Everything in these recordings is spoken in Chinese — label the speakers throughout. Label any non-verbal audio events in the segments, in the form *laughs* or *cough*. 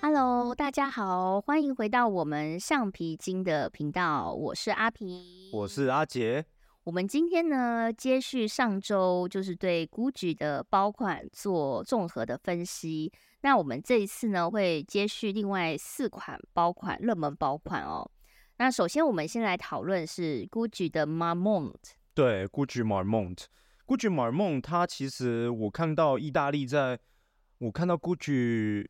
Speaker 1: Hello，大家好，欢迎回到我们橡皮筋的频道，我是阿皮，
Speaker 2: 我是阿杰。
Speaker 1: 我们今天呢，接续上周就是对 GUCCI 的包款做综合的分析。那我们这一次呢，会接续另外四款包款热门包款哦。那首先我们先来讨论是 GUCCI 的 Marmont，
Speaker 2: 对，Gucci Marmont，Gucci Marmont，它其实我看到意大利在，我看到 Gucci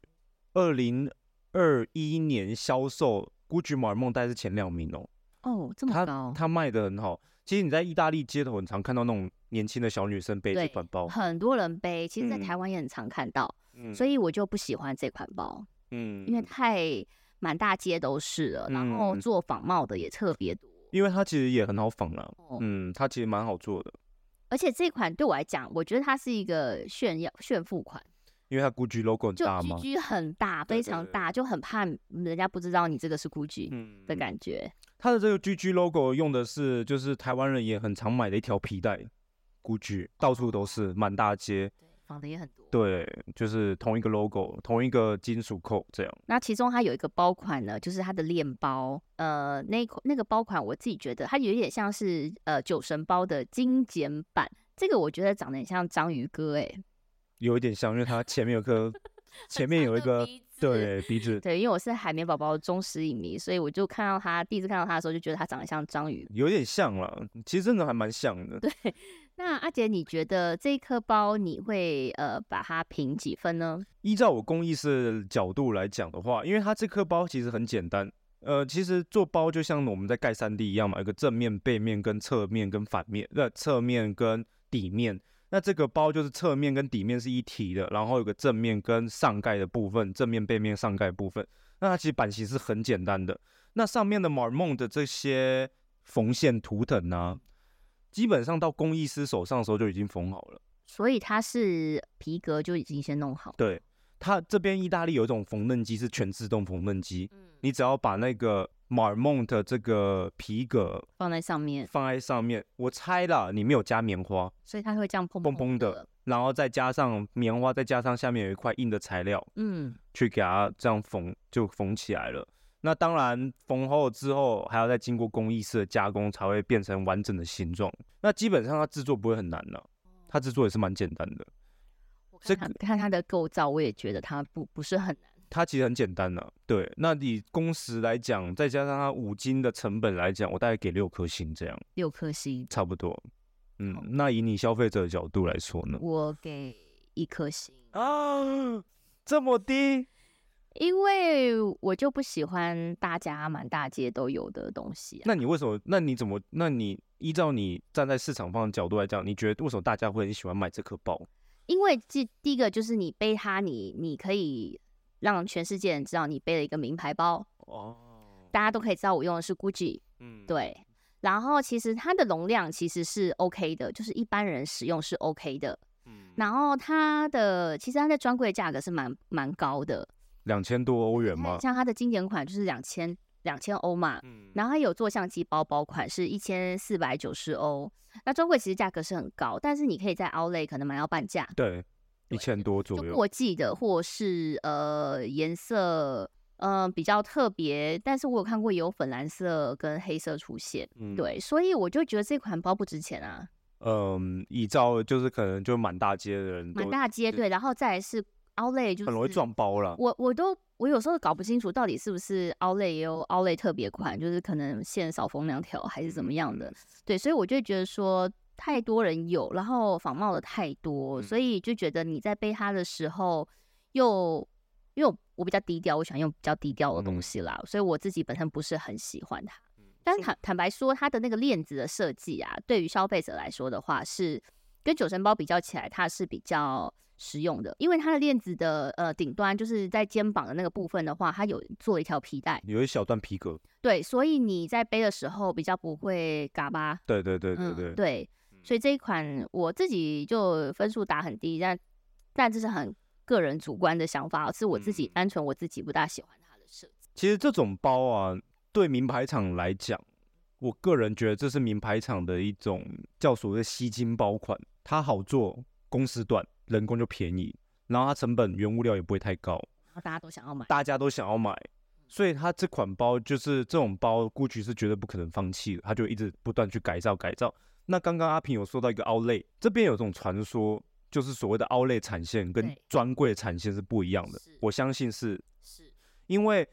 Speaker 2: 二零二一年销售 Gucci Marmont 大概是前两名哦，
Speaker 1: 哦，这么
Speaker 2: 它
Speaker 1: 高，
Speaker 2: 它卖的很好。其实你在意大利街头很常看到那种年轻的小女生背
Speaker 1: 对
Speaker 2: 这款包，
Speaker 1: 很多人背，其实在
Speaker 2: 嗯
Speaker 1: 台湾也很常看到，
Speaker 2: 嗯
Speaker 1: 所以我就不喜欢这款包。
Speaker 2: 嗯
Speaker 1: 因为太满大街都是了，然后
Speaker 2: 嗯
Speaker 1: 做仿冒的也特别多。
Speaker 2: 因为它其实也很好仿啦，
Speaker 1: 哦
Speaker 2: 嗯，它其实蛮好做的，
Speaker 1: 而且这款对我来讲，我觉得它是一个炫耀炫富款，
Speaker 2: 因为它 Gucci logo 很
Speaker 1: 就
Speaker 2: 大嘛，
Speaker 1: GG 很大，
Speaker 2: 对
Speaker 1: 非
Speaker 2: 对
Speaker 1: 常
Speaker 2: 对
Speaker 1: 大，就很怕人家不知道你这个是 GUCCI
Speaker 2: 嗯
Speaker 1: 的感觉。
Speaker 2: 它的这个 GG logo 用的是就是台湾人也很常买的一条皮带，GUCCI 到处都是，满大街。
Speaker 1: 对，仿的也很多。
Speaker 2: 对，就是同一个 logo，同一个金属扣这样。
Speaker 1: 那其中它有一个包款呢，就是它的链包，呃，那一款那个包款我自己觉得它有点像是呃九神包的精简版，这个我觉得长得很像章鱼哥哎、
Speaker 2: 有一点像，因为它前面有个， *laughs* 前面有一个对鼻子， *laughs*
Speaker 1: 对，因为我是海绵宝宝的忠实影迷，所以我就看到他第一次看到他的时候，就觉得他长得像章鱼。
Speaker 2: 有点像了。其实真的还蛮像的。
Speaker 1: 那阿杰，你觉得这一颗包你会呃把它评几分呢？
Speaker 2: 依照我工艺师的角度来讲的话，因为它这颗包其实很简单。呃，其实做包就像我们在盖三 D 一样嘛，有个正面、背面、跟侧面、跟反面，那、侧面跟底面。那这个包就是侧面跟底面是一体的，然后有个正面跟上盖的部分，正面、背面、上盖的部分。那它其实版型是很简单的。那上面的 Marmont 的这些缝线图腾啊，基本上到工艺师手上的时候就已经缝好了。
Speaker 1: 所以它是皮革就已经先弄好，
Speaker 2: 对，它这边意大利有一种缝纫机是全自动缝纫机，你只要把那个 Marmont 这个皮革
Speaker 1: 放在上面，
Speaker 2: 放在上面，我猜啦，里面有加棉花，
Speaker 1: 所以它会这样砰
Speaker 2: 嘣嘣的，然后再加上棉花，再加上下面有一块硬的材料，
Speaker 1: 嗯，
Speaker 2: 去给它这样缝，就缝起来了。那当然，缝后之后还要再经过工艺师的加工，才会变成完整的形状。那基本上它制作不会很难了、它制作也是蛮简单的。
Speaker 1: 我
Speaker 2: 这
Speaker 1: 看它看它的构造，我也觉得它不不是很难。
Speaker 2: 它其实很简单了、对，那以工时来讲，再加上它五金的成本来讲，我大概给六颗星这样，
Speaker 1: 六颗星，
Speaker 2: 差不多。嗯
Speaker 1: 好，
Speaker 2: 那以你消费者的角度来说呢？
Speaker 1: 我给一颗星，
Speaker 2: 啊，这么低？
Speaker 1: 因为我就不喜欢大家满大街都有的东西、啊。
Speaker 2: 那你为什么？那你怎么？那你依照你站在市场方的角度来讲，你觉得为什么大家会很喜欢买这颗包？
Speaker 1: 因为这第一个就是你背它，你你可以让全世界人知道你背了一个名牌包，
Speaker 2: 哦，
Speaker 1: 大家都可以知道我用的是 GUCCI。
Speaker 2: 嗯，
Speaker 1: 对，然后其实它的容量其实是 OK 的，就是一般人使用是 OK 的。
Speaker 2: 嗯，
Speaker 1: 然后它的其实它在专柜价格是蛮蛮高的，
Speaker 2: 两千多欧元吗？
Speaker 1: 像它的经典款就是两千两千欧嘛，
Speaker 2: 嗯
Speaker 1: 然后它有做相机包包款是一千四百九十欧，那专柜其实价格是很高，但是你可以在 Outlet 可能买到半价。
Speaker 2: 对，一千多左
Speaker 1: 就
Speaker 2: 右。
Speaker 1: 过季的，或是呃颜色呃比较特别，但是我有看过有粉蓝色跟黑色出现，
Speaker 2: 嗯，
Speaker 1: 对，所以我就觉得这款包不值钱啊，
Speaker 2: 嗯，依照就是可能就满大街的人都
Speaker 1: 满大街对，然后再来是 Outlet 就是
Speaker 2: 很容易，撞包了。
Speaker 1: 我我都我有时候搞不清楚到底是不是 Outlet 也有 Outlet 特别款，就是可能线少缝两条还是怎
Speaker 2: 嗯
Speaker 1: 么样的，对，所以我就觉得说。太多人有，然后仿冒的太多，
Speaker 2: 嗯
Speaker 1: 所以就觉得你在背它的时候，又因为我我比较低调，我喜欢用比较低调的东
Speaker 2: 嗯
Speaker 1: 西啦，所以我自己本身不是很喜欢它。但是坦坦白说，它的那个链子的设计啊，对于消费者来说的话，是跟九神包比较起来，它是比较实用的，因为它的链子的呃顶端就是在肩膀的那个部分的话，它有做一条皮带，
Speaker 2: 有一小段皮革。
Speaker 1: 对，所以你在背的时候比较不会嘎巴。
Speaker 2: 对对对对
Speaker 1: 嗯，
Speaker 2: 对，
Speaker 1: 对，所以这一款我自己就分数打很低，但但这是很个人主观的想法，是我自己
Speaker 2: 嗯
Speaker 1: 单纯我自己不大喜欢它的设计。
Speaker 2: 其实这种包啊，对名牌厂来讲，我个人觉得这是名牌厂的一种叫所谓的吸金包款，它好做，工时短，人工就便宜，然后它成本原物料也不会太高。
Speaker 1: 然后大家都想要买，
Speaker 2: 大家都想要买，所以它这款包就是这种包，GUCCI 是绝对不可能放弃的，它就一直不断去改造改造。那刚刚阿平有说到一个 Outlet，这边有种传说，就是所谓的 Outlet 产线跟
Speaker 1: 对
Speaker 2: 专柜产线是不一样的
Speaker 1: 是，
Speaker 2: 我相信是
Speaker 1: 是
Speaker 2: 因为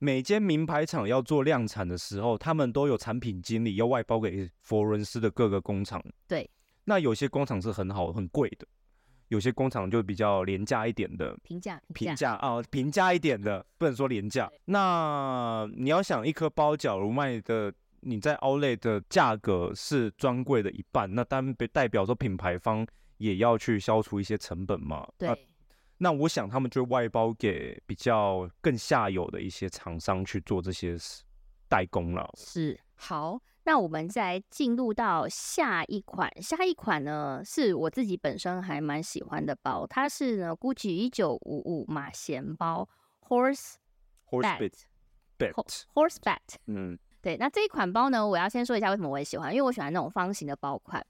Speaker 2: 每间名牌厂要做量产的时候，他们都有产品经理要外包给佛伦斯的各个工厂。
Speaker 1: 对，
Speaker 2: 那有些工厂是很好很贵的，有些工厂就比较廉价一点的，
Speaker 1: 平价
Speaker 2: 平
Speaker 1: 价
Speaker 2: 价啊，平价一点的，不能说廉价。那你要想一颗包，假如卖的你在 Outlet 的价格是专柜的一半，那当然代表说品牌方也要去消除一些成本嘛。
Speaker 1: 对、
Speaker 2: 那那我想他们就外包给比较更下游的一些厂商去做这些事代工了。
Speaker 1: 是好。那我们再进入到下一款，下一款呢是我自己本身还蛮喜欢的包，它是呢 GUCCI 一九五五马衔包 Horse
Speaker 2: Horse
Speaker 1: Bat
Speaker 2: bet，
Speaker 1: Horse Bat。
Speaker 2: 嗯，
Speaker 1: 对，那这一款包呢，我要先说一下为什么我也喜欢，因为我喜欢那种方形的包款，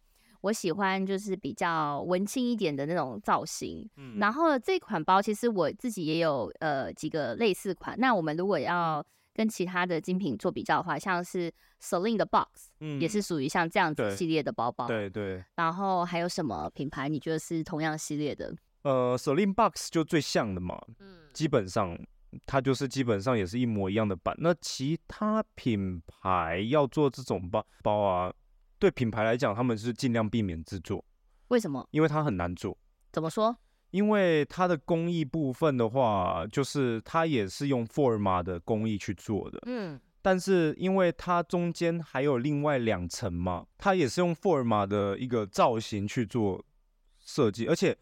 Speaker 1: 我喜欢就是比较文青一点的那种造型。
Speaker 2: 嗯
Speaker 1: 然后这款包其实我自己也有呃几个类似款，那我们如果要跟其他的精品做比较的话，像是 Celine 的 Box、
Speaker 2: 嗯
Speaker 1: 也是哦属于像这样子
Speaker 2: 对
Speaker 1: 系列的包包。
Speaker 2: 对对，
Speaker 1: 然后还有什么品牌你觉得是同样系列的？
Speaker 2: 呃 s e l i n Box 就最像的嘛，
Speaker 1: 嗯，
Speaker 2: 基本上它就是基本上也是一模一样的版。那其他品牌要做这种包包啊，对品牌来讲，他们是尽量避免制作，
Speaker 1: 为什么？
Speaker 2: 因为它很难做。
Speaker 1: 怎么说？
Speaker 2: 因为它的工艺部分的话，就是它也是用 Forma 的工艺去做的，
Speaker 1: 嗯，
Speaker 2: 但是因为它中间还有另外两层嘛，它也是用 Forma 的一个造型去做设计，而且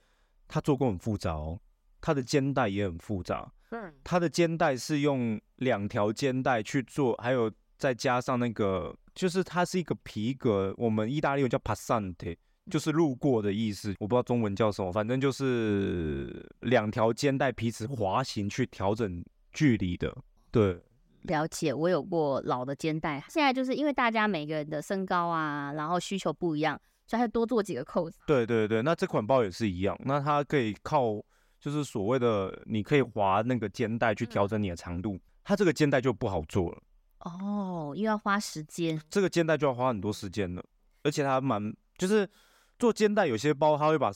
Speaker 2: 它做工很复杂哦，它的肩带也很复杂，
Speaker 1: 是
Speaker 2: 它的肩带是用两条肩带去做，还有再加上那个，就是它是一个皮革，我们意大利文叫 passante，就是路过的意思，我不知道中文叫什么，反正就是两条肩带彼此滑行去调整距离的。对，
Speaker 1: 了解，我有过老的肩带，现在就是因为大家每个人的身高啊，然后需求不一样，所以还多做几个扣子。
Speaker 2: 对对对，那这款包也是一样，那它可以靠就是所谓的你可以滑那个肩带
Speaker 1: 嗯
Speaker 2: 去调整你的长度，它这个肩带就不好做了。
Speaker 1: 哦，又要花时间，
Speaker 2: 这个肩带就要花很多时间了，而且它蛮就是做肩带，有些包它会把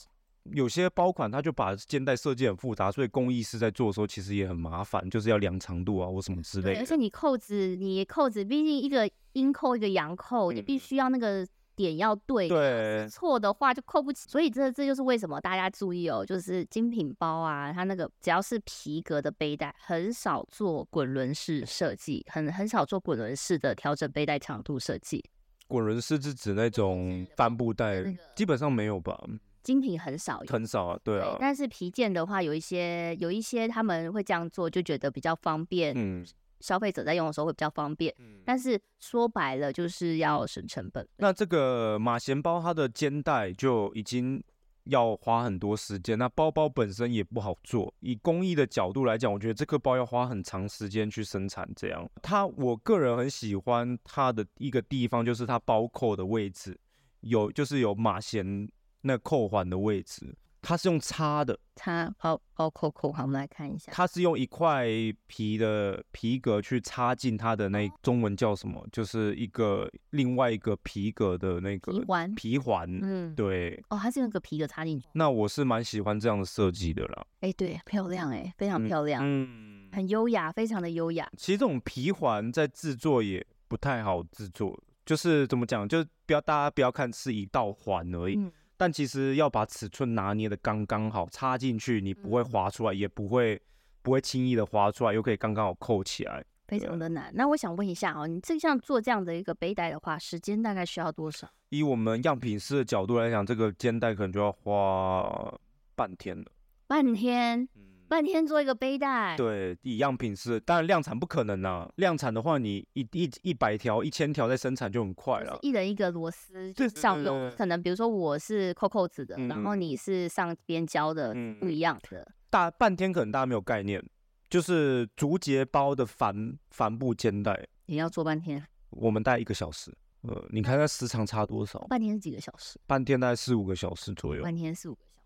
Speaker 2: 有些包款它就把肩带设计很复杂，所以工艺师在做的时候其实也很麻烦，就是要量长度啊或什么之类
Speaker 1: 而且
Speaker 2: 的。
Speaker 1: 你扣子，你扣子毕竟一个阴扣一个阳扣，你必
Speaker 2: 嗯
Speaker 1: 须要那个点要对，
Speaker 2: 对，
Speaker 1: 错的话就扣不起。所以这这就是为什么大家注意哦，就是精品包啊，它那个只要是皮革的背带，很少做滚轮式设计，很很少做滚轮式的调整背带长度设计。
Speaker 2: 滚轮式是指那种帆布带
Speaker 1: 那个，
Speaker 2: 基本上没有吧，
Speaker 1: 精品很少有。
Speaker 2: 很少啊，对
Speaker 1: 对
Speaker 2: 啊，，
Speaker 1: 但是皮件的话，有一些有一些他们会这样做，就觉得比较方便，
Speaker 2: 嗯。
Speaker 1: 消费者在用的时候会比较方便。但是说白了，就是要省成本。
Speaker 2: 那这个马衔包它的肩带就已经要花很多时间，那包包本身也不好做。以工艺的角度来讲，我觉得这个包要花很长时间去生产。这样，它我个人很喜欢它的一个地方就是它包扣的位置有，就是有马衔那扣环的位置，它是用擦的，
Speaker 1: 它包包扣扣，好，我们来看一下。
Speaker 2: 它是用一块皮的皮革去插进它的那中文叫什么？就是一个另外一个皮革的那个
Speaker 1: 皮环
Speaker 2: 皮环，
Speaker 1: 嗯，
Speaker 2: 对，
Speaker 1: 哦，它是用一个皮革插进去。
Speaker 2: 那我是蛮喜欢这样的设计的啦。
Speaker 1: 哎，对，漂亮哎，非常
Speaker 2: 嗯
Speaker 1: 漂亮，
Speaker 2: 嗯，
Speaker 1: 很优雅，非常的优雅。
Speaker 2: 其实这种皮环在制作也不太好制作，就是怎么讲，就是不要大家不要看是一道环而已，
Speaker 1: 嗯
Speaker 2: 但其实要把尺寸拿捏的刚刚好，插进去你不会
Speaker 1: 嗯
Speaker 2: 滑出来，也不会不会轻易的滑出来，又可以刚刚好扣起来。
Speaker 1: 非
Speaker 2: 对
Speaker 1: 常
Speaker 2: 啊
Speaker 1: 的难。那我想问一下哦，你这项做这样的一个背带的话，时间大概需要多少？
Speaker 2: 以我们样品师的角度来讲，这个肩带可能就要花半天了。嗯
Speaker 1: 半天，半天做一个背带，
Speaker 2: 对，以样品式，当然量产不可能啦、量产的话，你一一一百条、一千条再生产就很快
Speaker 1: 就是
Speaker 2: 了。
Speaker 1: 一人一个螺丝，
Speaker 2: 对对
Speaker 1: 像
Speaker 2: 对
Speaker 1: 有
Speaker 2: 对
Speaker 1: 可能，比如说我是扣扣子的，然后
Speaker 2: 嗯
Speaker 1: 你是上边胶的，
Speaker 2: 嗯
Speaker 1: 不一样的。
Speaker 2: 大半天可能大家没有概念，就是竹节包的帆帆布肩带，
Speaker 1: 也要做半天，
Speaker 2: 我们大概一个小时。呃，你看它时长差多少？
Speaker 1: 半天是几个小时？
Speaker 2: 半天大概四五个小时左右。
Speaker 1: 半天四五个小时。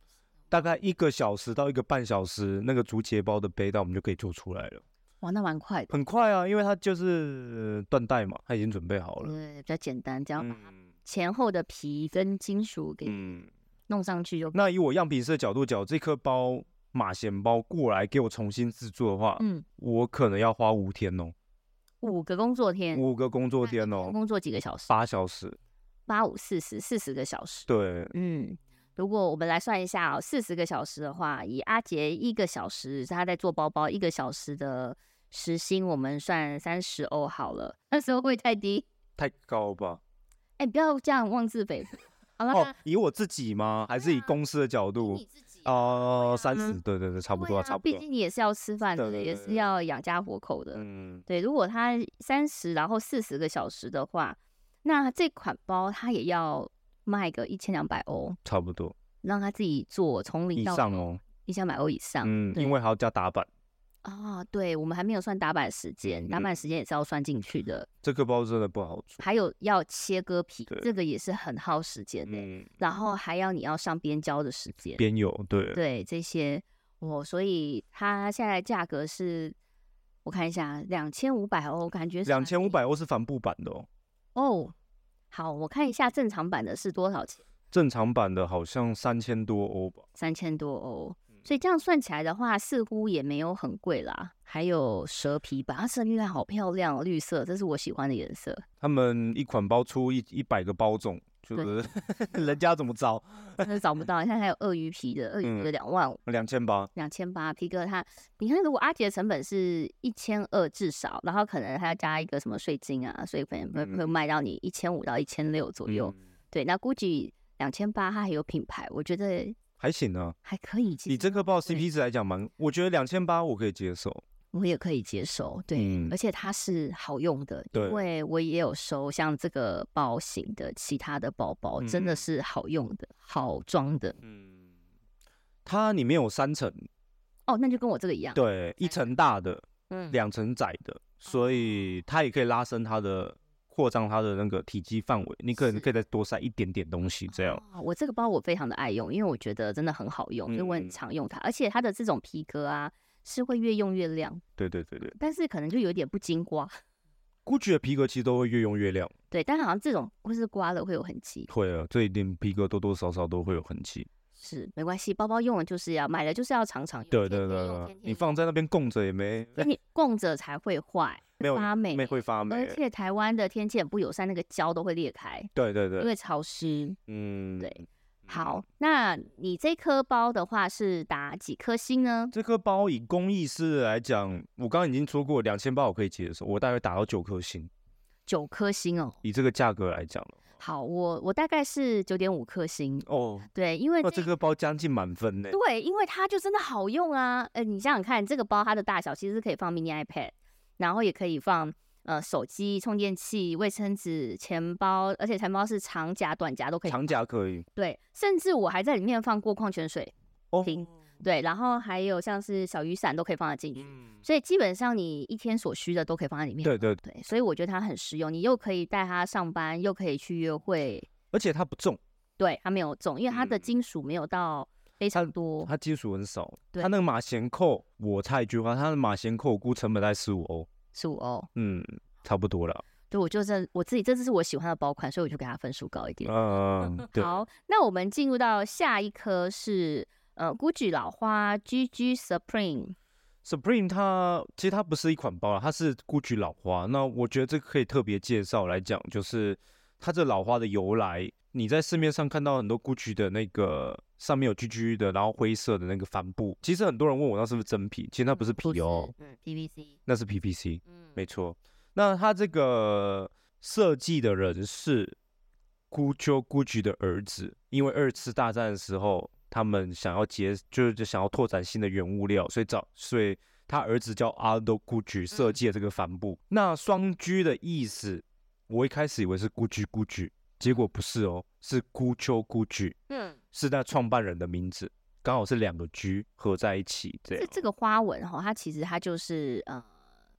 Speaker 2: 大概一个小时到一个半小时，那个竹节包的背带我们就可以做出来了，
Speaker 1: 哇，那蛮快的，
Speaker 2: 很快啊，因为它就是呃缎带嘛，它已经准备好了。
Speaker 1: 对，比较简单，只要把
Speaker 2: 嗯
Speaker 1: 前后的皮跟金属给
Speaker 2: 嗯，
Speaker 1: 弄上去就，
Speaker 2: 那以我样品师的角度讲，这颗包马衔包过来给我重新制作的话，
Speaker 1: 嗯，
Speaker 2: 我可能要花五天哦，
Speaker 1: 五个工作天，
Speaker 2: 五个工作
Speaker 1: 那一
Speaker 2: 天哦，
Speaker 1: 工作嗯几个小时？
Speaker 2: 八小时。
Speaker 1: 八五四十，四十个小时。
Speaker 2: 对，
Speaker 1: 嗯，如果我们来算一下哦，四十个小时的话，以阿杰一个小时他在做包包一个小时的时薪，我们算三十欧好了，那时候会太低。
Speaker 2: 太高了吧？
Speaker 1: 哎、不要这样妄自菲薄。好了，
Speaker 2: 哦，以我自己吗？还是以公司的角度？
Speaker 1: 啊自己
Speaker 2: 哦，
Speaker 1: 对啊
Speaker 2: 三十，对对对，差不
Speaker 1: 对
Speaker 2: 多啊，
Speaker 1: 啊
Speaker 2: 差不
Speaker 1: 毕
Speaker 2: 多。
Speaker 1: 竟你也是要吃饭的，
Speaker 2: 对对
Speaker 1: 也
Speaker 2: 对
Speaker 1: 是
Speaker 2: 对
Speaker 1: 要养家活口的。
Speaker 2: 嗯，
Speaker 1: 对，如果他三十，然后四十个小时的话，那这款包他也要卖个一千两百欧，
Speaker 2: 差不多
Speaker 1: 让他自己做从零
Speaker 2: 以
Speaker 1: 到
Speaker 2: 上哦。
Speaker 1: 一千两百欧以上。
Speaker 2: 嗯，
Speaker 1: 对
Speaker 2: 因为还要加打板，
Speaker 1: 啊、对，我们还没有算打板时间，
Speaker 2: 嗯
Speaker 1: 打板时间也是要算进去的，
Speaker 2: 这个包真的不好做。
Speaker 1: 还有要切割皮
Speaker 2: 对，
Speaker 1: 这个也是很耗时间的，
Speaker 2: 嗯，
Speaker 1: 然后还要你要上边胶的时间，
Speaker 2: 边有对，
Speaker 1: 对这些，我、所以它现在价格是，我看一下，两千五百欧，感觉是
Speaker 2: 两
Speaker 1: 蛮
Speaker 2: 千五
Speaker 1: 便
Speaker 2: 百欧是帆布版的哦，
Speaker 1: 宜哦。好，我看一下正常版的是多少钱，
Speaker 2: 正常版的好像三千多欧吧。
Speaker 1: 三千多欧，所以
Speaker 2: 嗯
Speaker 1: 这样算起来的话，似乎也没有很贵啦。还有蛇皮吧，它蛇皮看好漂亮哦，绿色，这是我喜欢的颜色。
Speaker 2: 他们一款包出一一百个包种，就是 *laughs* 人家怎么找
Speaker 1: 真的找不到。现在还有鳄鱼皮的，鳄鱼皮
Speaker 2: 嗯
Speaker 1: 的两万五、
Speaker 2: 两千八？
Speaker 1: 两千八，皮哥他，你看如果阿杰的成本是一千二至少，然后可能还要加一个什么税金啊，所以可能会会卖到你一千五到一千六左右。
Speaker 2: 嗯
Speaker 1: 对，那估计两千八，它还有品牌，我觉得
Speaker 2: 还行啊。
Speaker 1: 还可以接，
Speaker 2: 以这个包
Speaker 1: 对
Speaker 2: CP 值来讲，蛮，我觉得两千八我可以接受。
Speaker 1: 我也可以接受。对，
Speaker 2: 嗯
Speaker 1: 而且它是好用的，
Speaker 2: 对
Speaker 1: 因为我也有收像这个包型的其他的包包，真
Speaker 2: 嗯
Speaker 1: 的是好用的，好装的。
Speaker 2: 嗯，它里面有三层，
Speaker 1: 哦，那就跟我这个一样。，
Speaker 2: 对，一层大的，
Speaker 1: 嗯，
Speaker 2: 两层窄的，所以它也可以拉伸它的。扩张它的那个体积范围，你可能
Speaker 1: 是
Speaker 2: 可以再多塞一点点东西，这样
Speaker 1: 哦我这个包我非常的爱用，因为我觉得真的很好用，所以我
Speaker 2: 嗯
Speaker 1: 很常用它。而且它的这种皮革啊，是会越用越亮，
Speaker 2: 对对对对
Speaker 1: 但是可能就有点不经刮。 *laughs*
Speaker 2: ，GUCCI 的皮革其实都会越用越亮，
Speaker 1: 对，但好像这种或是刮了会有痕迹，
Speaker 2: 会啊，这一定皮革多多少少都会有痕迹。
Speaker 1: 是没关系。包包用了就是要买了就是要常常用，
Speaker 2: 对
Speaker 1: 天
Speaker 2: 对
Speaker 1: 天
Speaker 2: 对
Speaker 1: 用
Speaker 2: 对
Speaker 1: 天，天
Speaker 2: 你放在那边供着也没
Speaker 1: 用你供着才会坏，
Speaker 2: 没有
Speaker 1: 发霉
Speaker 2: 没。会发霉
Speaker 1: 而。且台湾的天气很不友善，那个胶都会裂开，
Speaker 2: 对对
Speaker 1: 因
Speaker 2: 对，
Speaker 1: 为潮湿。
Speaker 2: 嗯，
Speaker 1: 对。好，那你这颗包的话是打几颗星呢？
Speaker 2: 这颗包以工艺师来讲，我刚刚已经说过，两千八我可以接受，我大概打到九颗星。
Speaker 1: 九颗星哦。
Speaker 2: 以这个价格来讲了
Speaker 1: 好，我我大概是九点五颗星，
Speaker 2: 哦，
Speaker 1: 对，因为
Speaker 2: 那这个包将近满分呢。
Speaker 1: 对，因为它就真的好用啊。呃，你想想看，这个包它的大小其实是可以放 mini iPad，然后也可以放呃手机、充电器、卫生纸、钱包，而且钱包是长夹、短夹都可以。
Speaker 2: 长夹可以
Speaker 1: 对，甚至我还在里面放过矿泉水
Speaker 2: 哦，
Speaker 1: 瓶，对，然后还有像是小雨伞都可以放得进去。
Speaker 2: 嗯，
Speaker 1: 所以基本上你一天所需的都可以放在里面。
Speaker 2: 对对，对
Speaker 1: 对，所以我觉得它很实用，你又可以带它上班，又可以去约会，
Speaker 2: 而且它不重，
Speaker 1: 对，它没有重，因为它的
Speaker 2: 嗯
Speaker 1: 金属没有到非常多。
Speaker 2: 它金属很少，
Speaker 1: 哦对
Speaker 2: 它那个马衔扣，我插一句话，它的马衔扣我估成本在十五欧，
Speaker 1: 十五欧。
Speaker 2: 嗯，差不多了，
Speaker 1: 哦对，我就这我自己这次是我喜欢的包款，所以我就给它分数高一点。 *laughs*
Speaker 2: 嗯，对，
Speaker 1: 好，那我们进入到下一颗是呃 GUCCI 老花 GG Supreme。
Speaker 2: Supreme 它其实它不是一款包啦，它是 GUCCI 老花。那我觉得这个可以特别介绍来讲，就是它这老花的由来。你在市面上看到很多 GUCCI 的那个上面有 GG 的，然后灰色的那个帆布，其实很多人问我那是不是真皮，其实那不是皮哦，，
Speaker 1: 嗯，PVC，
Speaker 2: 那是 PVC，
Speaker 1: 嗯，
Speaker 2: 没错。那它这个设计的人是 Gucci Gucci 的儿子，因为二次大战的时候，他们想要结，就是就想要拓展新的原物料，所以找，所以他儿子叫 Aldo
Speaker 1: 嗯
Speaker 2: Gucci 设计了这个帆布。那双 G 的意思，我一开始以为是 Gucci Gucci，结果不是哦，是 Gucci Gucci，
Speaker 1: 嗯，
Speaker 2: 是那创办人的名字，刚好是两个 G 合在一起这
Speaker 1: 这
Speaker 2: 样。
Speaker 1: 这个花纹哈，它其实它就是呃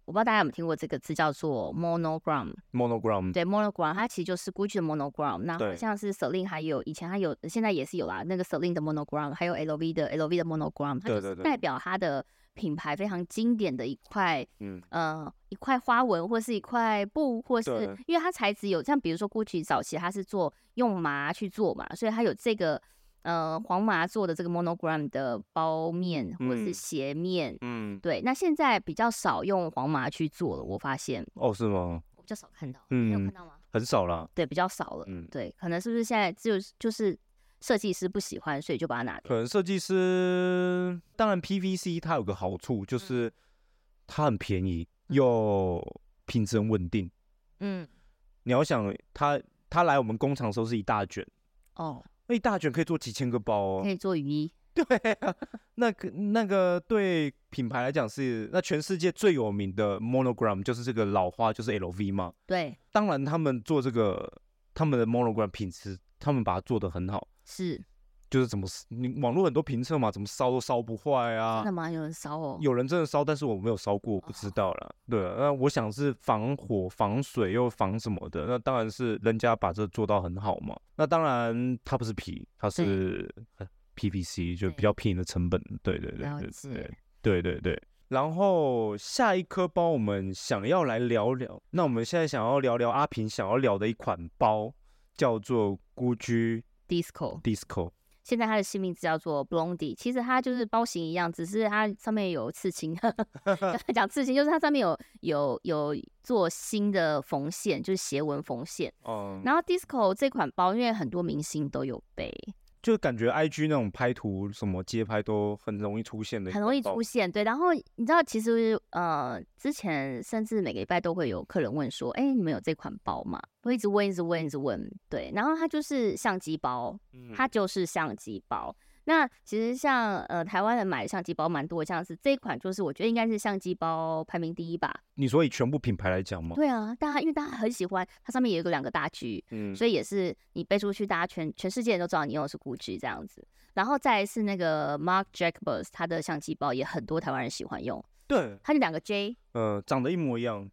Speaker 1: 我不知道大家有没有听过这个字叫做 monogram，
Speaker 2: monogram，
Speaker 1: 对 monogram，它其实就是 Gucci 的 monogram。那好
Speaker 2: 对
Speaker 1: 像是 Celine 还有以前还有，现在也是有啦，那个 Celine 的 monogram，还有 LV 的 LV 的 monogram，它就是
Speaker 2: 对对对
Speaker 1: 代表它的品牌非常经典的一块
Speaker 2: 嗯，
Speaker 1: 呃一块花纹或是一块布，或是
Speaker 2: 对
Speaker 1: 因为它材质有像比如说 Gucci 早期它是做用麻去做嘛，所以它有这个呃黄麻做的这个 monogram 的包面或是
Speaker 2: 嗯
Speaker 1: 鞋面。
Speaker 2: 嗯，
Speaker 1: 对，那现在比较少用黄麻去做了，我发现
Speaker 2: 哦，是吗？
Speaker 1: 我比较少看到，你有看
Speaker 2: 嗯
Speaker 1: 到吗？
Speaker 2: 很少啦，
Speaker 1: 对，比较少了。
Speaker 2: 嗯
Speaker 1: 对，可能是不是现在就是就是设计师不喜欢，所以就把它拿掉。
Speaker 2: 可能设计师，当然 PVC 它有个好处就是它很便宜又品质很稳定。
Speaker 1: 嗯，
Speaker 2: 你要想它，它来我们工厂的时候是一大卷，
Speaker 1: 哦，
Speaker 2: 那一大卷可以做几千个包
Speaker 1: 可
Speaker 2: 哦。
Speaker 1: 以做雨衣。
Speaker 2: *laughs* 对啊，那个那个对品牌来讲是，那全世界最有名的 monogram 就是这个老花，就是 LV 嘛。
Speaker 1: 对，
Speaker 2: 当然他们做这个他们的 monogram 品质，他们把它做得很好。
Speaker 1: 是
Speaker 2: 就是怎么你网络很多评测嘛，怎么烧都烧不坏啊，
Speaker 1: 真的吗？有人烧哦。
Speaker 2: 有人真的烧，但是我没有烧过，我不知道啦。对啊，那我想是防火、防水又防什么的，那当然是人家把这做到很好嘛。那当然它不是皮，它是呃 PVC，就比较便宜的成本。对对对
Speaker 1: 了
Speaker 2: 对
Speaker 1: 解。
Speaker 2: 对对对。然后下一颗包我们想要来聊聊，那我们现在想要聊聊阿平想要聊的一款包，叫做 Gucci
Speaker 1: Disco，
Speaker 2: Disco。
Speaker 1: 现在它的新名字叫做 Blondie，其实它就是包型一样，只是它上面有刺青。 *laughs* 讲刺青就是它上面有有有做新的缝线，就是斜纹缝线。
Speaker 2: 嗯，
Speaker 1: 然后 Disco 这款包，因为很多明星都有背，
Speaker 2: 就感觉 I G 那种拍图什么街拍都很容易出现的一
Speaker 1: 很
Speaker 2: 款包，
Speaker 1: 容易出现。对，然后你知道，其实呃，之前甚至每个礼拜都会有客人问说：“哎、你们有这款包吗？”我一直问，一直问，一直问。对，然后它就是相机包，
Speaker 2: 嗯，
Speaker 1: 它就是相机包。那其实像呃台湾人买的相机包蛮多，像是这一款就是我觉得应该是相机包排名第一吧。
Speaker 2: 你说以全部品牌来讲吗？
Speaker 1: 对啊，大家因为大家很喜欢，它上面也有个两个大 G，
Speaker 2: 嗯
Speaker 1: 所以也是你背出去，大家全全世界人都知道你用的是 GUCCI 这样子。然后再来是那个 Mark Jacobs，他的相机包也很多台湾人喜欢用，
Speaker 2: 对，
Speaker 1: 它就两个 J，
Speaker 2: 呃，长得一模一样，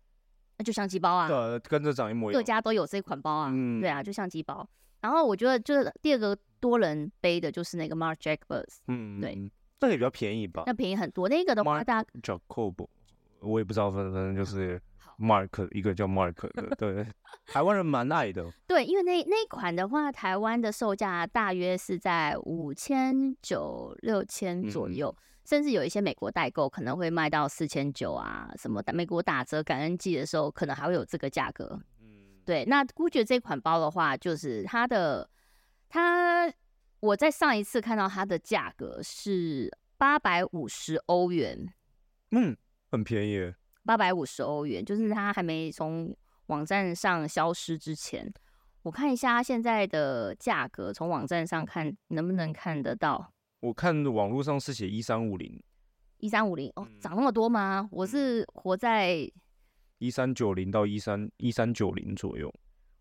Speaker 1: 那就相机包啊，
Speaker 2: 对，跟这长一模一
Speaker 1: 各
Speaker 2: 样。
Speaker 1: 家都有这款包啊，
Speaker 2: 嗯
Speaker 1: 对啊，就相机包。然后我觉得就是第二个多人背的就是那个 Mark Jacobs，
Speaker 2: 嗯，
Speaker 1: 对
Speaker 2: 嗯，那个也比较便宜吧
Speaker 1: 那便宜很多。那个的话，
Speaker 2: Marc-
Speaker 1: 大家
Speaker 2: ？Jacob，我也不知道，反正反正就是
Speaker 1: 好
Speaker 2: Mark，一个叫
Speaker 1: *laughs*
Speaker 2: Mark 的，对，台湾人蛮爱的，
Speaker 1: 对，因为那那一款的话，台湾的售价大约是在五千九、六千左
Speaker 2: 嗯
Speaker 1: 右，甚至有一些美国代购可能会卖到四千九啊，什么的。美国打折感恩季的时候，可能还会有这个价格。
Speaker 2: 嗯，
Speaker 1: 对，那 Gucci 这款包的话，就是它的它，我在上一次看到它的价格是八百五十欧元，
Speaker 2: 嗯，很便宜耶，
Speaker 1: 八百五十欧元，
Speaker 2: 嗯
Speaker 1: 就是它还没从网站上消失之前，我看一下它现在的价格，从网站上看能不能看得到
Speaker 2: 我看网络上是写一三五零、
Speaker 1: 一三五零哦，
Speaker 2: 嗯
Speaker 1: 涨那么多吗？我是活在
Speaker 2: 一三九零到一三一三九零左右。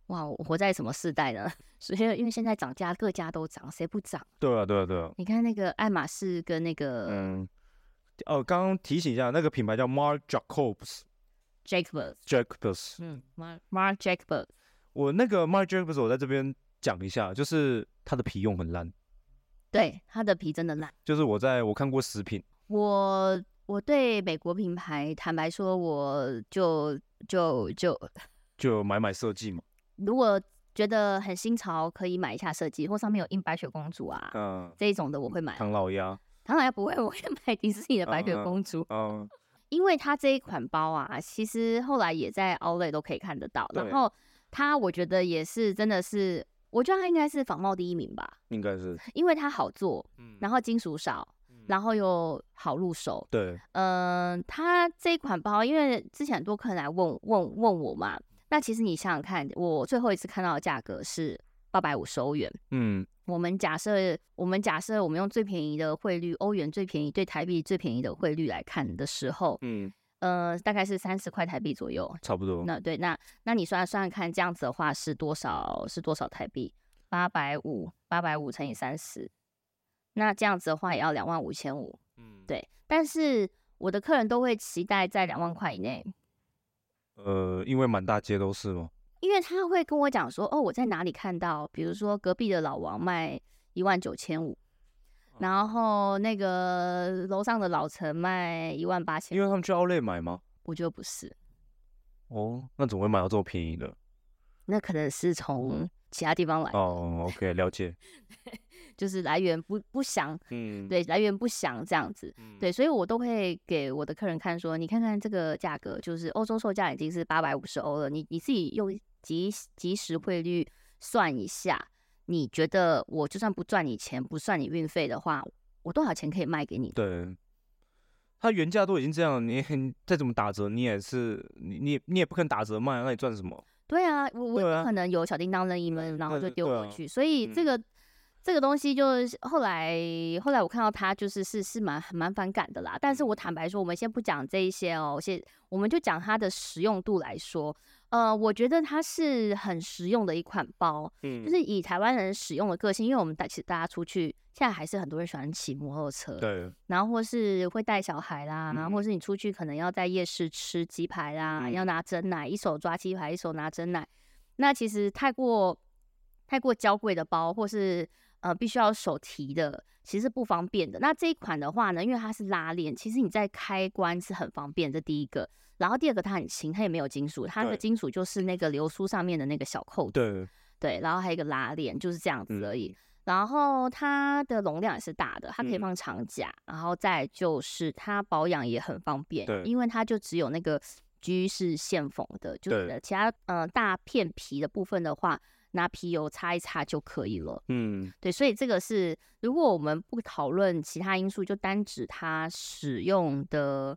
Speaker 1: 哇，我活在什么世代呢？ *laughs* 所以因为现在涨价，各家都涨，谁不涨？
Speaker 2: 对啊，对啊，对啊，
Speaker 1: 你看那个爱马仕跟那个
Speaker 2: 嗯，哦，刚刚提醒一下，那个品牌叫 Mark Jacobs
Speaker 1: Jacobs，
Speaker 2: Jacobs，
Speaker 1: 嗯，Mark Mark Jacobs，
Speaker 2: 我那个 Mark Jacobs，我在这边讲一下，就是它的皮用很烂，
Speaker 1: 对，它的皮真的烂。
Speaker 2: 就是我在我看过食品，
Speaker 1: 我我对美国品牌，坦白说，我就就就
Speaker 2: 就买买设计嘛，
Speaker 1: 如果觉得很新潮，可以买一下设计，或上面有印白雪公主啊、
Speaker 2: 嗯，
Speaker 1: 这一种的，我会买。
Speaker 2: 唐老鸭，
Speaker 1: *laughs* 当然要不会，我会买迪士尼的白雪
Speaker 2: 嗯嗯
Speaker 1: 公主，
Speaker 2: 嗯，
Speaker 1: 因为它这一款包啊，其实后来也在 Outlet 都可以看得到。然
Speaker 2: 对
Speaker 1: 后它，我觉得也是真的是，我觉得它应该是仿冒第一名吧，
Speaker 2: 应
Speaker 1: *laughs*
Speaker 2: 该是，
Speaker 1: 因为它好做，
Speaker 2: 嗯
Speaker 1: 然后金属少，然后又好入手，
Speaker 2: 对，
Speaker 1: 嗯，它这一款包，因为之前很多客人来问问问我嘛，那其实你想想看，我最后一次看到的价格是八百五十欧元。
Speaker 2: 嗯，
Speaker 1: 我们假设，我们假设我们用最便宜的汇率，欧元最便宜对台币最便宜的汇率来看的时候，
Speaker 2: 嗯，
Speaker 1: 呃，大概是三十块台币左右。
Speaker 2: 差不多，
Speaker 1: 那对，那那你算算看，这样子的话是多少？是多少台币？八百五，八百五乘以三十，那这样子的话也要两万五千五。
Speaker 2: 嗯，
Speaker 1: 对，但是我的客人都会期待在两万块以内，
Speaker 2: 呃，因为满大街都是吗？
Speaker 1: 因为他会跟我讲说，哦，我在哪里看到，比如说隔壁的老王卖一万九千五，然后那个楼上的老陈卖一万八
Speaker 2: 因
Speaker 1: 千，
Speaker 2: 为他们去奥莱买吗？
Speaker 1: 我觉得不是，
Speaker 2: 哦，那怎么会买到这么便宜的？
Speaker 1: 那可能是从其他地方来，
Speaker 2: 哦，OK，了解。
Speaker 1: 就是来源不不详，
Speaker 2: *laughs* 嗯，
Speaker 1: 对，来源不详这样子。
Speaker 2: 嗯，
Speaker 1: 对，所以我都会给我的客人看说，你看看这个价格，就是欧洲售价已经是八百五十欧了，你你自己用即即时汇率算一下，你觉得我就算不赚你钱，不算你运费的话，我多少钱可以卖给你？
Speaker 2: 对，它原价都已经这样了，你你再怎么打折，你也是你你你也不肯打折卖，啊那你赚什么？
Speaker 1: 对啊，我我
Speaker 2: 对
Speaker 1: 不
Speaker 2: 啊
Speaker 1: 可能有小叮当任意门，然后就
Speaker 2: 对
Speaker 1: 丢
Speaker 2: 对
Speaker 1: 过
Speaker 2: 啊
Speaker 1: 去，所以这
Speaker 2: 嗯
Speaker 1: 个。这个东西就是后来，后来我看到他就是是是蛮蛮反感的啦。但
Speaker 2: 嗯
Speaker 1: 是我坦白说，我们先不讲这一些哦，我先我们就讲它的实用度来说。呃，我觉得它是很实用的一款包，
Speaker 2: 嗯
Speaker 1: 就是以台湾人使用的个性，因为我们大其实大家出去，现在还是很多人喜欢骑摩托车，
Speaker 2: 对，
Speaker 1: 然后或是会带小孩啦，
Speaker 2: 嗯
Speaker 1: 或是你出去可能要在夜市吃鸡排啦，
Speaker 2: 嗯
Speaker 1: 要拿真奶，一手抓鸡排，一手拿真奶。那其实太过太过娇贵的包，或是呃必须要手提的，其实是不方便的。那这一款的话呢，因为它是拉链，其实你在开关是很方便，这第一个。然后第二个它很轻，它也没有金属，它的
Speaker 2: 对
Speaker 1: 金属就是那个流苏上面的那个小扣子，
Speaker 2: 对，
Speaker 1: 对，然后还有一个拉链，就是这样子
Speaker 2: 嗯
Speaker 1: 而已。然后它的容量也是大的，它可以
Speaker 2: 嗯
Speaker 1: 放长夹，然后再来就是它保养也很方便，
Speaker 2: 对
Speaker 1: 因为它就只有那个居是线缝的，就是
Speaker 2: 对
Speaker 1: 其他呃大片皮的部分的话，拿皮油擦一擦就可以了。
Speaker 2: 嗯，
Speaker 1: 对，所以这个是如果我们不讨论其他因素，就单指它使用的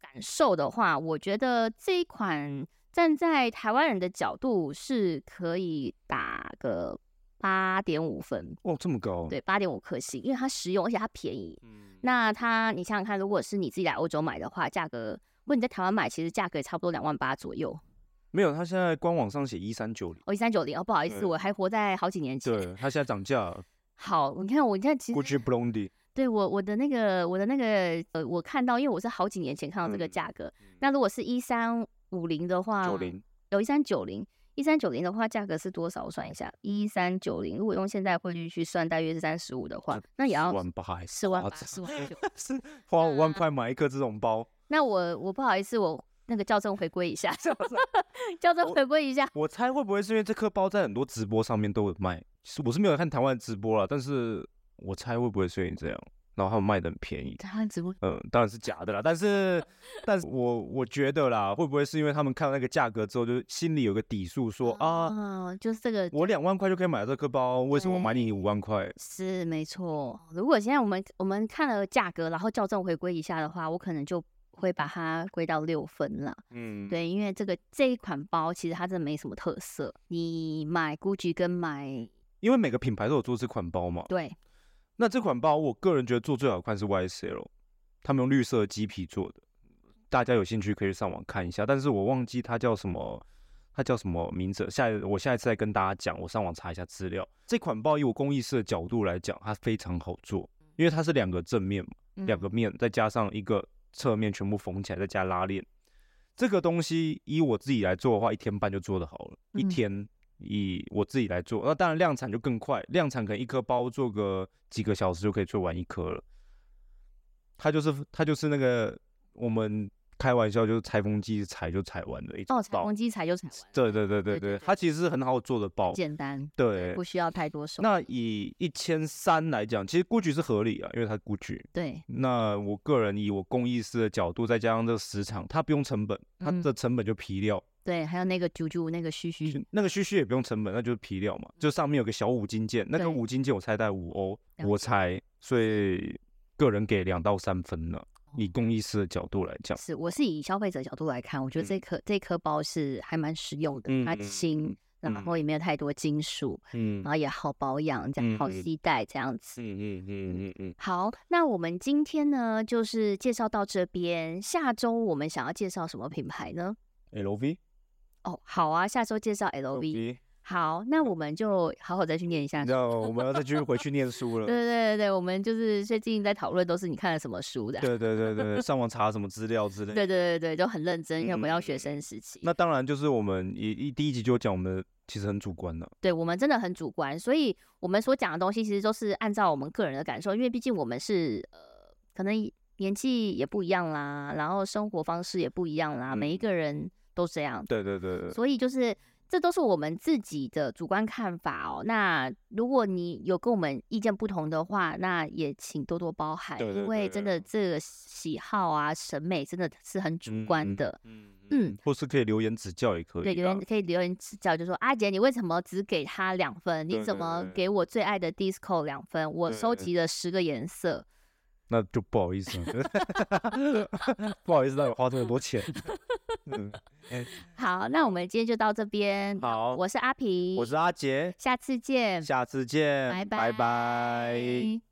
Speaker 1: 感受的话，我觉得这一款站在台湾人的角度是可以打个八点五分，
Speaker 2: 哦，这么高，，
Speaker 1: 对，八点五颗星，因为它实用而且它便宜。
Speaker 2: 嗯，
Speaker 1: 那它你想想看，如果是你自己来欧洲买的话，价格如果你在台湾买，其实价格也差不多两万八左右，
Speaker 2: 没有，它现在官网上写一三九零，
Speaker 1: 哦，一三九零哦，不好意思，
Speaker 2: 对
Speaker 1: 我还活在好几年前。
Speaker 2: 对，它现在涨价了
Speaker 1: 好，你看我现在其实
Speaker 2: ，Gucci Blondie，
Speaker 1: 对我我的那个我的那个呃，我看到，因为我是好几年前看到这个
Speaker 2: 嗯
Speaker 1: 价格。那如果是一三五零的话，
Speaker 2: 九零，
Speaker 1: 有一三九零，一三九零的话价格是多少？我算一下，一三九零，如果用现在汇率去算，大约是三十五的话，那也要
Speaker 2: 万八还
Speaker 1: 哦四万八、啊
Speaker 2: 夸张
Speaker 1: 四万九。
Speaker 2: 是花五万块买一个这种包，
Speaker 1: 那我我不好意思，我那个校正回归一下， *laughs* 校正
Speaker 2: 我
Speaker 1: 回归一下。
Speaker 2: 我猜会不会是因为这颗包在很多直播上面都有卖？是我是没有看台湾的直播啦，但是我猜会不会是因为这样，然后他们卖的很便宜。
Speaker 1: 他直播
Speaker 2: 嗯，当然是假的啦，
Speaker 1: *laughs*
Speaker 2: 但是，但是我我觉得啦，会不会是因为他们看到那个价格之后，就心里有个底数说啊，
Speaker 1: 啊，就是这个
Speaker 2: 我两万块就可以买这颗包，为什么我买你五万块？
Speaker 1: 是没错。如果现在我们我们看了价格，然后校正回归一下的话，我可能就会把它归到六分了。
Speaker 2: 嗯，
Speaker 1: 对，因为这个这一款包其实它真的没什么特色。你买 GUCCI 跟买
Speaker 2: 因为每个品牌都有做这款包嘛。
Speaker 1: 对
Speaker 2: 那这款包，我个人觉得做最好看是 YSL，他们用绿色的鸡皮做的，大家有兴趣可以上网看一下。但是我忘记它叫什么，它叫什么名字了。下一我下一次再跟大家讲，我上网查一下资料。这款包以我工艺师的角度来讲，它非常好做，因为它是两个正面嘛，
Speaker 1: 嗯
Speaker 2: 两个面再加上一个侧面全部缝起来，再加拉链。这个东西以我自己来做的话，一天半就做得好了，一
Speaker 1: 嗯
Speaker 2: 天。以我自己来做，那当然量产就更快，量产可能一颗包做个几个小时就可以做完一颗了。它就是它就是那个我们开玩笑就是裁缝机裁就裁完的一种
Speaker 1: 哦，裁
Speaker 2: 包
Speaker 1: 缝，机裁就裁完了，
Speaker 2: 对对
Speaker 1: 对
Speaker 2: 对
Speaker 1: 对
Speaker 2: 对对，
Speaker 1: 对
Speaker 2: 它其实是很好做的包，
Speaker 1: 简单，
Speaker 2: 对
Speaker 1: 不。需要太多手。
Speaker 2: 那以一千三来讲，其实 GUCCI 是合理啊，因为它 GUCCI，
Speaker 1: 对，
Speaker 2: 那我个人以我工艺师的角度，再加上这个时长，它不用成本，它
Speaker 1: 嗯
Speaker 2: 的成本就皮料，
Speaker 1: 对，还有那个啾啾那个须
Speaker 2: 就
Speaker 1: 须，
Speaker 2: 那个须须也不用成本，那就是皮料嘛。就上面有个小五金件，那
Speaker 1: 对
Speaker 2: 个五金件我猜大概五欧，
Speaker 1: 了
Speaker 2: 我
Speaker 1: 解
Speaker 2: 猜，所以个人给两到三分了。以
Speaker 1: 哦
Speaker 2: 工艺师的角度来讲，
Speaker 1: 是我是以消费者角度来看，我觉得这颗、这颗包是还蛮实用的，
Speaker 2: 嗯
Speaker 1: 它
Speaker 2: 嗯
Speaker 1: 轻，然后也没有太多金属，
Speaker 2: 嗯
Speaker 1: 然后也好保养，这样好
Speaker 2: 嗯嗯
Speaker 1: 携带这样子。
Speaker 2: 嗯嗯嗯嗯，
Speaker 1: 好，那我们今天呢，就是介绍到这边。下周我们想要介绍什么品牌呢？
Speaker 2: 嗯，LV，
Speaker 1: 哦，好啊，下周介绍 LV。
Speaker 2: LV
Speaker 1: 好，那我们就好好再去念一下
Speaker 2: 你知。道我们要再继续回去念书
Speaker 1: 对
Speaker 2: 了。
Speaker 1: 对对对，我们就是最近在讨论都是你看了什么书的，
Speaker 2: 对对对对，上网查什么资料之类的。
Speaker 1: 对对对对，都很认真，要回到
Speaker 2: 嗯
Speaker 1: 学生时期。
Speaker 2: 那当然就是我们一一第一集就讲我们的其实很主观的，
Speaker 1: 对我们真的很主观，所以我们所讲的东西其实都是按照我们个人的感受，因为毕竟我们是呃，可能年纪也不一样啦，然后生活方式也不一样啦，每一
Speaker 2: 嗯
Speaker 1: 个人都这样，
Speaker 2: 对对对对，
Speaker 1: 所以就是这都是我们自己的主观看法哦。那如果你有跟我们意见不同的话，那也请多多包涵，
Speaker 2: 对对
Speaker 1: 因为
Speaker 2: 对
Speaker 1: 真的这个喜好啊、审美真的是很主
Speaker 2: 嗯
Speaker 1: 观
Speaker 2: 嗯
Speaker 1: 的。
Speaker 2: 嗯
Speaker 1: 嗯，
Speaker 2: 或是可以留言指教也可以啊。
Speaker 1: 对，留言可以留言指教，就说阿姐，你为什么只给他两分？你
Speaker 2: 对
Speaker 1: 怎
Speaker 2: 对
Speaker 1: 么
Speaker 2: 对
Speaker 1: 给我最爱的 disco 两分？我
Speaker 2: 对
Speaker 1: 收
Speaker 2: 对
Speaker 1: 集了十个颜色，
Speaker 2: 那就不好意思
Speaker 1: *laughs*
Speaker 2: 了，不好意思让你花这么多钱。嗯，
Speaker 1: 好，那我们今天就到这边。
Speaker 2: 好，
Speaker 1: 我是阿皮，
Speaker 2: 我是阿杰，
Speaker 1: 下次见，
Speaker 2: 下次见，
Speaker 1: 拜
Speaker 2: 拜拜